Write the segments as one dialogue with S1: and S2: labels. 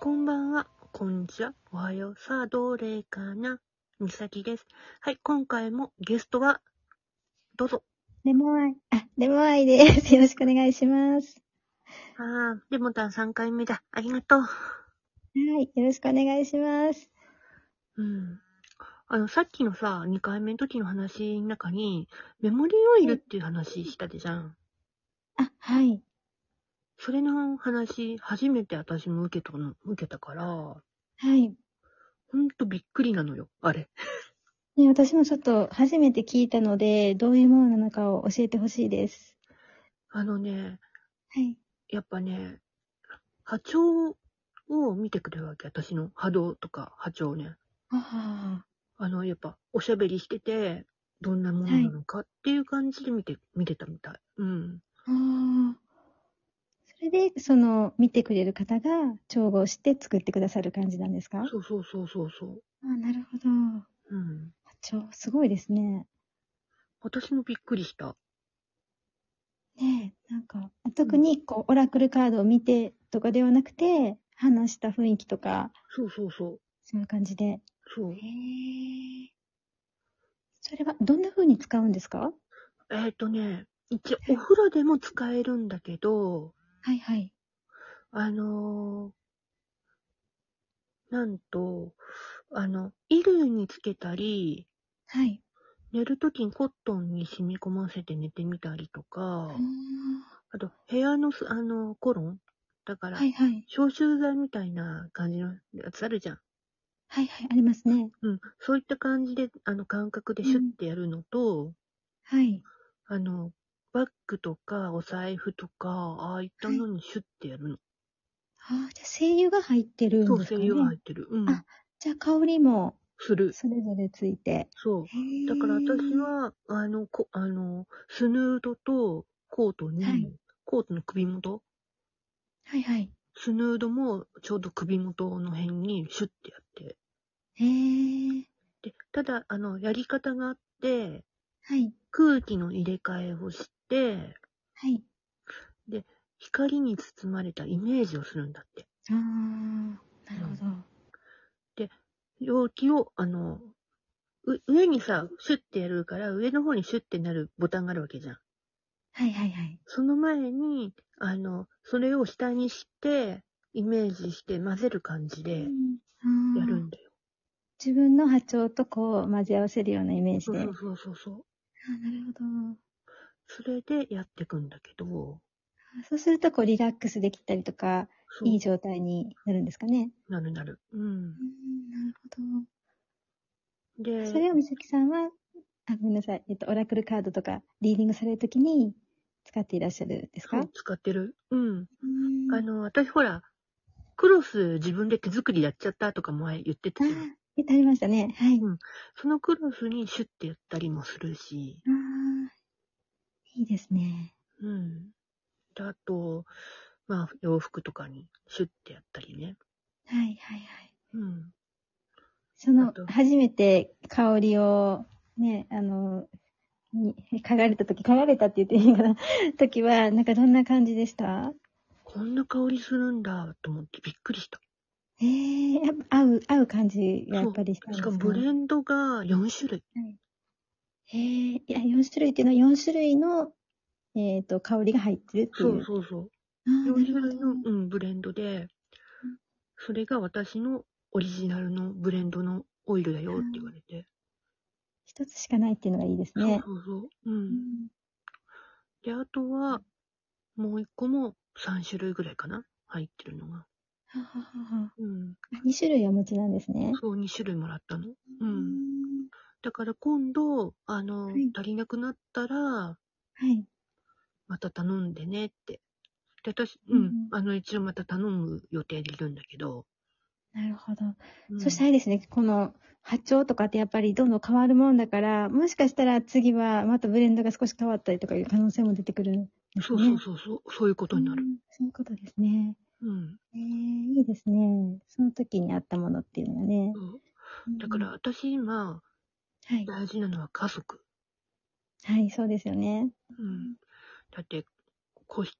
S1: こんばんは。こんにちは。おはよう。さあ、どれかなみさきです。はい、今回もゲストは、どうぞ。
S2: レモンアイ、 あ、レモンアイです。 よろしくお願いします。
S1: あー、レモンタン3回目だ。ありがとう。
S2: はい、よろしくお願いします。
S1: うん。あの、さっきのさ、2回目の時の話の中に、メモリーオイルっていう話したでじゃん。
S2: あ、はい。
S1: それの話、初めて私も受けたの、受けたから、
S2: はい。
S1: ほんとびっくりなのよ、あれ。
S2: ね、私もちょっと初めて聞いたので、どういうものなのかを教えてほしいです。
S1: あのね、
S2: はい。
S1: やっぱね、波長を見てくれるわけ。私の波動とか波長ね。
S2: ああ。
S1: あの、やっぱおしゃべりしてて、どんなものなのかっていう感じで見て、見てたみたい。うん。
S2: ああ。それで、その、見てくれる方が調合して作ってくださる感じなんですか
S1: そうそうそうそうそう。
S2: あなるほど。
S1: うん。
S2: 超、すごいですね。
S1: 私もびっくりした。
S2: ねえ、なんか、特に、こう、オラクルカードを見てとかではなくて、話した雰囲気とか、
S1: そうそうそう。
S2: そういう感じで。
S1: そう。
S2: へえ。それはどんな風に使うんですか
S1: えっ、ー、とね、一応お風呂でも使えるんだけど、
S2: はいはい。
S1: あのーなんと、あの、衣類につけたり、
S2: はい。
S1: 寝るときにコットンに染み込ませて寝てみたりとか、あと部屋のすあのコロンだから、
S2: はいはい。
S1: 消臭剤みたいな感じのやつあるじゃん。
S2: はいはい。ありますね。
S1: うん。そういった感じで、あの感覚でシュッてやるのと、
S2: はい。
S1: あの、バッグとかお財布とか、ああいったのにシュッてやるの。
S2: ああ、じゃあ精油が入ってるん
S1: そ
S2: で
S1: う、
S2: す
S1: 精
S2: かね。
S1: 油が入ってる。うん。
S2: あじゃあ香りも
S1: する。
S2: それぞれついて。
S1: そう。
S2: へえ
S1: だから私、は、あの、こあのスヌードとコートに、
S2: はい
S1: コートの首元、
S2: はいはい。
S1: スヌードもちょうど首元の辺にシュッてやって。
S2: へえ。
S1: で、ただ、あの、やり方があって、
S2: はい。
S1: 空気の入れ替えをして、
S2: はい。
S1: 光に包まれたイメージをするんだって。
S2: ああ、なるほど。
S1: 容器を、あの、う上にさ、シュッてやるから、上の方にシュッてなるボタンがあるわけじゃん。
S2: はいはいはい。
S1: その前に、あの、それを下にして、イメージして混ぜる感じで
S2: うん
S1: やる
S2: あ
S1: ん
S2: ー
S1: だよ。
S2: 自分の波長とこう混ぜ合わせるようなイメージ
S1: そう
S2: で。あ
S1: そうそうそうそう。
S2: ーなるほど。
S1: それでやってくんだけど、
S2: そうすると、こう、リラックスできたりとか、
S1: そう
S2: いい状態になるんですかね。
S1: なるなる。うん。
S2: なる
S1: で、
S2: それを美咲さんは、あ、ごめんなさい。えっと、オラクルカードとか、リーディングされるときに使っていらっしゃるんですか
S1: そう使ってる。うん。
S2: うん
S1: あ
S2: あ、
S1: の、私ほら、クロス自分で手作りやっちゃったとか前言ってたじゃん
S2: えありましたね。はい。
S1: うんそのクロスにシュッてやったりもするし、
S2: あーいいですね。
S1: うん。で、あと、まあ、洋服とかにシュッてやったりね。
S2: はい、はい、はい。
S1: うん。
S2: そ
S1: あ
S2: の
S1: と、
S2: 初めて香りを、ね、あの、に、嗅がれたとき、嗅がれたって言っていいのかな ときは、なんかどんな感じでした
S1: こんな香りするんだと思ってびっくりした。
S2: ええやっぱ合う、合う感じがやっぱりしたんで
S1: し
S2: す
S1: か
S2: か
S1: もブレンドが4種類。
S2: へえいや、4種類っていうのは4種類の、えっ、と、香りが入ってるってい
S1: そう
S2: う。
S1: そうそう。
S2: あー
S1: 4種
S2: な
S1: 類
S2: るほ
S1: の、
S2: ど
S1: うん、ブレンドで、それが私のオリジナルのブレンドのオイルだよって言われて。
S2: 一つしかないっていうのがいいです
S1: そう
S2: ね。
S1: そうそう。う。
S2: うんん
S1: で、あとは、もう一個も3種類ぐらいかな入ってるのが。
S2: はははは
S1: うん。
S2: 2種類お持ちなんですね。
S1: そう、2種類もらったの。う。
S2: うんん
S1: だから今度、あの、
S2: はい
S1: 足りなくなったら、
S2: はい。
S1: また頼んでねって。で、私、うん、
S2: うん
S1: あの、一応また頼む予定でいるんだけど。
S2: なるほど。
S1: うん
S2: そしてあれですね、この波長とかってやっぱりどんどん変わるもんだから、もしかしたら次はまたブレンドが少し変わったりとかいう可能性も出てくるんです
S1: そ
S2: ね。
S1: うそうそうそう、そういうことになる
S2: う。んそういうことですね。
S1: うん。
S2: ええいいですね。その時にあったものっていうのがね。
S1: そうだから
S2: うん、
S1: 私今、
S2: はい。
S1: 大事なのは家族。
S2: はい、そうですよね。
S1: うん。だって、こし、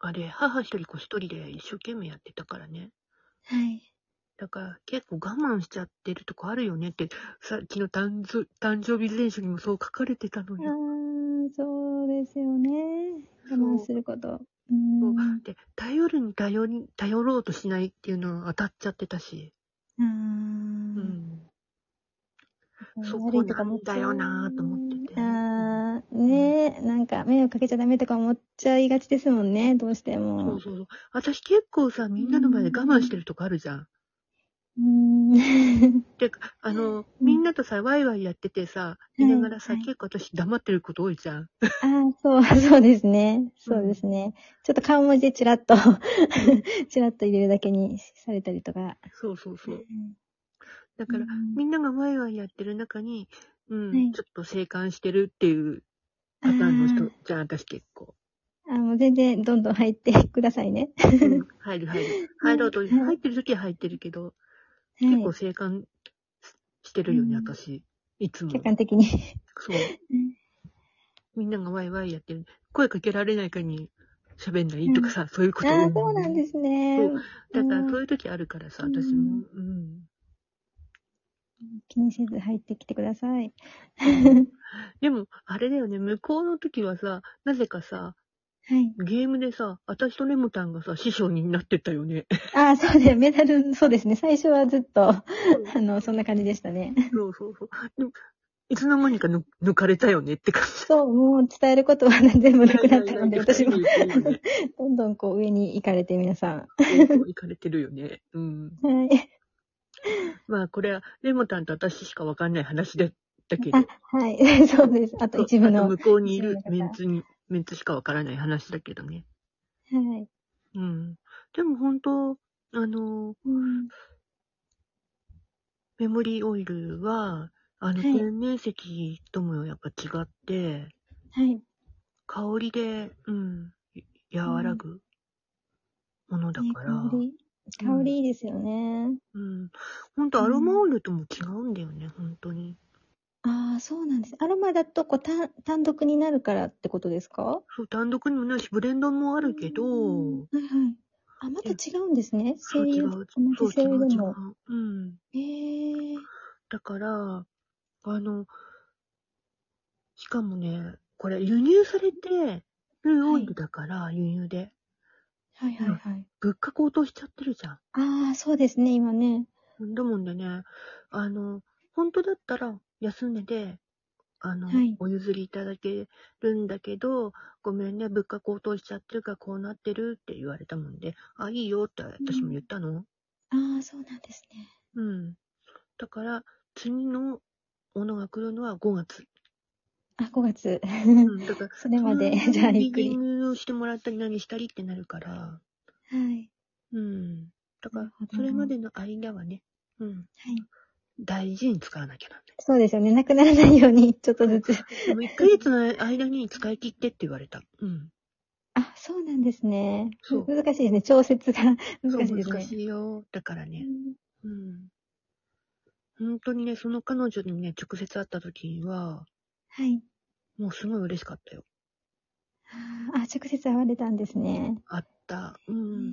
S1: あれ、母一人子一人で一生懸命やってたからね。
S2: はい。
S1: だから結構我慢しちゃってるとこあるよねって、さっきの誕生誕生日練習にもそう書かれてたの
S2: あ
S1: に。
S2: ー、そうですよね。
S1: そ
S2: 我
S1: う
S2: 慢すること。うーん。
S1: で、頼るに頼り、頼ろうとしないっていうのは当たっちゃってたし。
S2: あー
S1: うん。そこ
S2: 悪いとか思っちゃう
S1: なんだよなーと思ってて
S2: あー、ねえ、なんか迷惑かけちゃダメとか思っちゃいがちですもんね、どうしても。
S1: そうそうそう。私結構さ、みんなの前で我慢してるとこあるじゃん。
S2: うーん。
S1: てか、あの、みんなとさ、ワイワイやっててさ、見ながらさ、
S2: はい
S1: 結構私黙ってること多いじゃん。
S2: ああ、そう、そうですね。そうですね。ちょっと顔文字でチラッと、 チラッと入れるだけにされたりとか。
S1: そうそうそう。
S2: う
S1: だから、
S2: ん
S1: みんながワイワイやってる中に、うん、
S2: はい
S1: ちょっと静観してるっていうパターンの人じゃん、私結構。
S2: あーあー、もう全然どんどん入ってくださいね。は
S1: うん入る入 る。入ろうと、
S2: はい
S1: 入ってる時は入ってるけど、
S2: い
S1: 結構静観してるよね、
S2: うん
S1: 私。いつも。
S2: 客観的に。
S1: そう。みんながワイワイやってる。声かけられないからに喋んないとかさ、そういうこと。
S2: ああ、そうなんですすね。
S1: そうだから、そう
S2: う
S1: い
S2: ん
S1: う時あるからさ、
S2: うん
S1: 私も。うん。
S2: 気にせず入ってきてください。
S1: でも、あれだよね、向こうの時はさ、なぜかさ、
S2: はい。
S1: ゲームでさ、私とレモタンがさ、師匠になってったよね。
S2: ああ、そうです。メダル、そうですね。最初はずっと、あの、そんな感じでしたね。
S1: そうそうそう。でも、いつの間にか抜抜かれたよねって感じ。
S2: そう、もう伝えることは全部なくなったので、私も
S1: いやいやいやいや
S2: どんどんこう上に行かれて、皆さん。は
S1: そうそう行かれてるよね。うん。
S2: い。
S1: まあ、これは、レモタンと私しかわかんない話だったけど。
S2: あ、はい。 そうです。あと一部
S1: あと
S2: の。は
S1: 向こうにいるメンツに、メンツしかわからない話だけどね。
S2: い。
S1: うん。でも本当、あの、
S2: うん
S1: メモリーオイルは、あの、
S2: はい
S1: 天然石ともやっぱ違って、
S2: はい。
S1: 香りで、うん、和らぐものだ
S2: ね
S1: から、
S2: 香り。香りいいですよね。
S1: うん。本当アロマオイルとも違うんだよね、本当に。
S2: ああ、そうなんです。アロマだと、こう、単単独になるからってことですか
S1: そう、単独にもないし、ブレンドもあるけど、
S2: うんはいはい。あ、また違うんですね。
S1: そう
S2: 声
S1: 違
S2: 優、
S1: う、そ
S2: 同
S1: う
S2: じ声
S1: 違う
S2: 優
S1: 違
S2: で
S1: う
S2: も。。
S1: うん。
S2: ええー。
S1: だから、あの、しかもね、これ輸入されてるオイルだから、輸入で。
S2: はいはいはい。
S1: 物価高騰しちゃってるじゃ
S2: ああ、そうですね、今ね。
S1: ん。だもんでね、あの、本当だったら安値で、あの、
S2: はい
S1: お譲りいただけるんだけど、ごめんね、物価高騰しちゃってるからこうなってるって言われたもんで、あ、いいよって私も言ったの。
S2: ああ、そうなんですね。
S1: うん。だから、次のものが来るのは5月。
S2: あ、5月。
S1: うん、だから、
S2: それまで
S1: そ、の
S2: じゃあ、ゆっく
S1: リーディ
S2: り。
S1: ングをしてもらったり何したりってなるから。
S2: はい。
S1: うん。だか
S2: な
S1: ら
S2: るほ、ど
S1: それまでの間はね、うん。
S2: はい。
S1: 大事に使わなきゃなんだよ。
S2: そうですよね。なくならないように、 ちょっとずつ。
S1: でも1ヶ月の間に使い切ってって言われた。うん。
S2: あ、そうなんですね。
S1: そう
S2: 難しいですね。調節が難しいです
S1: そう
S2: ね
S1: 難。しいよ。だからね。
S2: うん
S1: うん。本当にね、その彼女にね、直接会った時には、
S2: はい。
S1: もうすごい嬉しかったよ。
S2: あー、あ直接会われたんですね。
S1: あった。う。
S2: うんん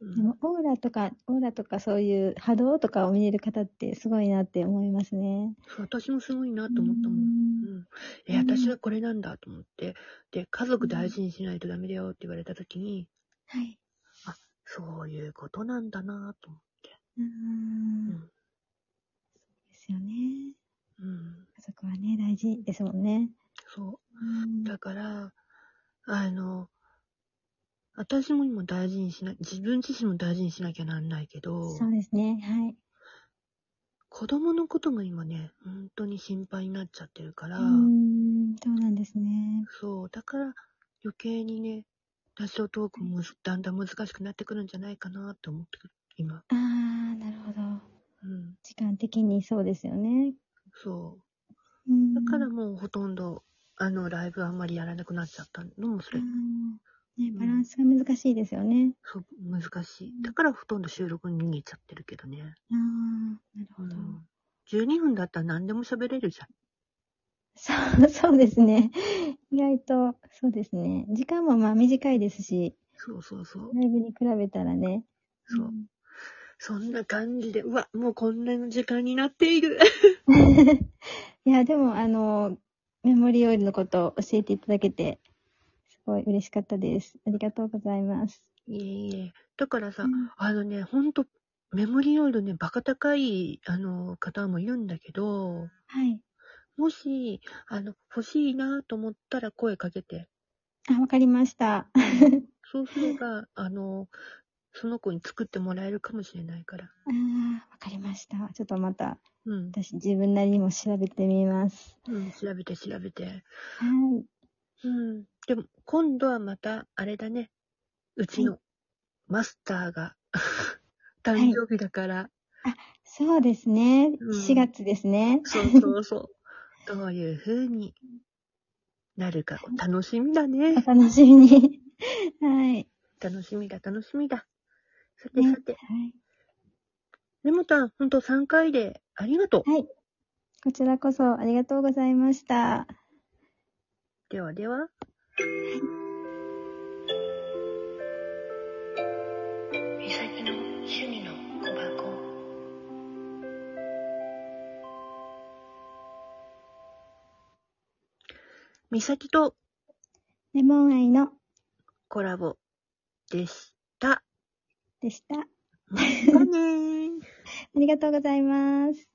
S1: うん
S2: でも、オーラとか、オーラとかそういう波動とかを見れる方ってすごいなって思いますね。
S1: そう私もすごいなと思ったもん。うん。え、
S2: うん
S1: 私はこれなんだと思って。で、家族大事にしないとダメだよって言われた時に、
S2: はい。
S1: そういうことなんだなぁと思って。う
S2: う。
S1: んん。
S2: ですよね。
S1: うん。
S2: 家族はね、大事ですもんね。
S1: そうう。
S2: ん
S1: だから、あの、私も今大事にしな、自分自身も大事にしなきゃなんないけど、
S2: そうですね。はい。
S1: 子供のことが今ね、本当に心配になっちゃってるから、
S2: うーん、そうなんですね。
S1: そう。だから余計にね、ラジオトークもだんだん難しくなってくるんじゃないかなって思ってくる、今。
S2: ああ、なるほど。
S1: うん。
S2: 時間的にそうですよね。
S1: そう。
S2: うん
S1: だから
S2: う
S1: もうほとんど、あの、ライブあんまりやらなくなっちゃったのもそれ、
S2: んね、バランスが難しいですよね。
S1: そう、難しい。だからほとんど収録に逃げちゃってるけどね。
S2: ああ、なる
S1: う
S2: ほど。
S1: ん、12分だったら何でも喋れるじゃん。
S2: そう、そうですね。意外と、そうですね。時間もまあ短いですし、
S1: そうそうそう。
S2: ライブに比べたらね。
S1: そう。そんな感じで、うわ、もうこんな時間になっている。
S2: いや、でも、あの、メモリーオイルのことを教えていただけて、すごい嬉しかったです。ありがとうございます。
S1: いえいえ。だからさ、あのね、ほんと、メモリーオイルね、バカ高い、あの、方もいるんだけど、
S2: はい。
S1: もし、あの、欲しいなと思ったら声かけて。
S2: あ、わかりました。
S1: そうすれば、あの、その子に作ってもらえるかもしれないから。
S2: あーわかりました。ちょっとまた、
S1: うん。
S2: 私自分なりにも調べてみます。
S1: うん、調べて調べて。
S2: はい。
S1: うん。でも、今度はまた、あれだね。うちのマスターが、 誕生日だから、
S2: そうですね。
S1: うん
S2: 4月ですね。
S1: そうそうそう。どういう風になるか、楽しみだね。
S2: お楽しみに。 はい。
S1: 楽しみだ、楽しみだ。さて
S2: ね
S1: さて、レモタン、ほんと3回でありがとう。
S2: はい。はい。こちらこそありがとうございました。
S1: ではでは。みさきの趣味の小箱。みさきと
S2: レモン愛の
S1: コラボでした。
S2: でした。あ
S1: またねー。
S2: りがとうございます。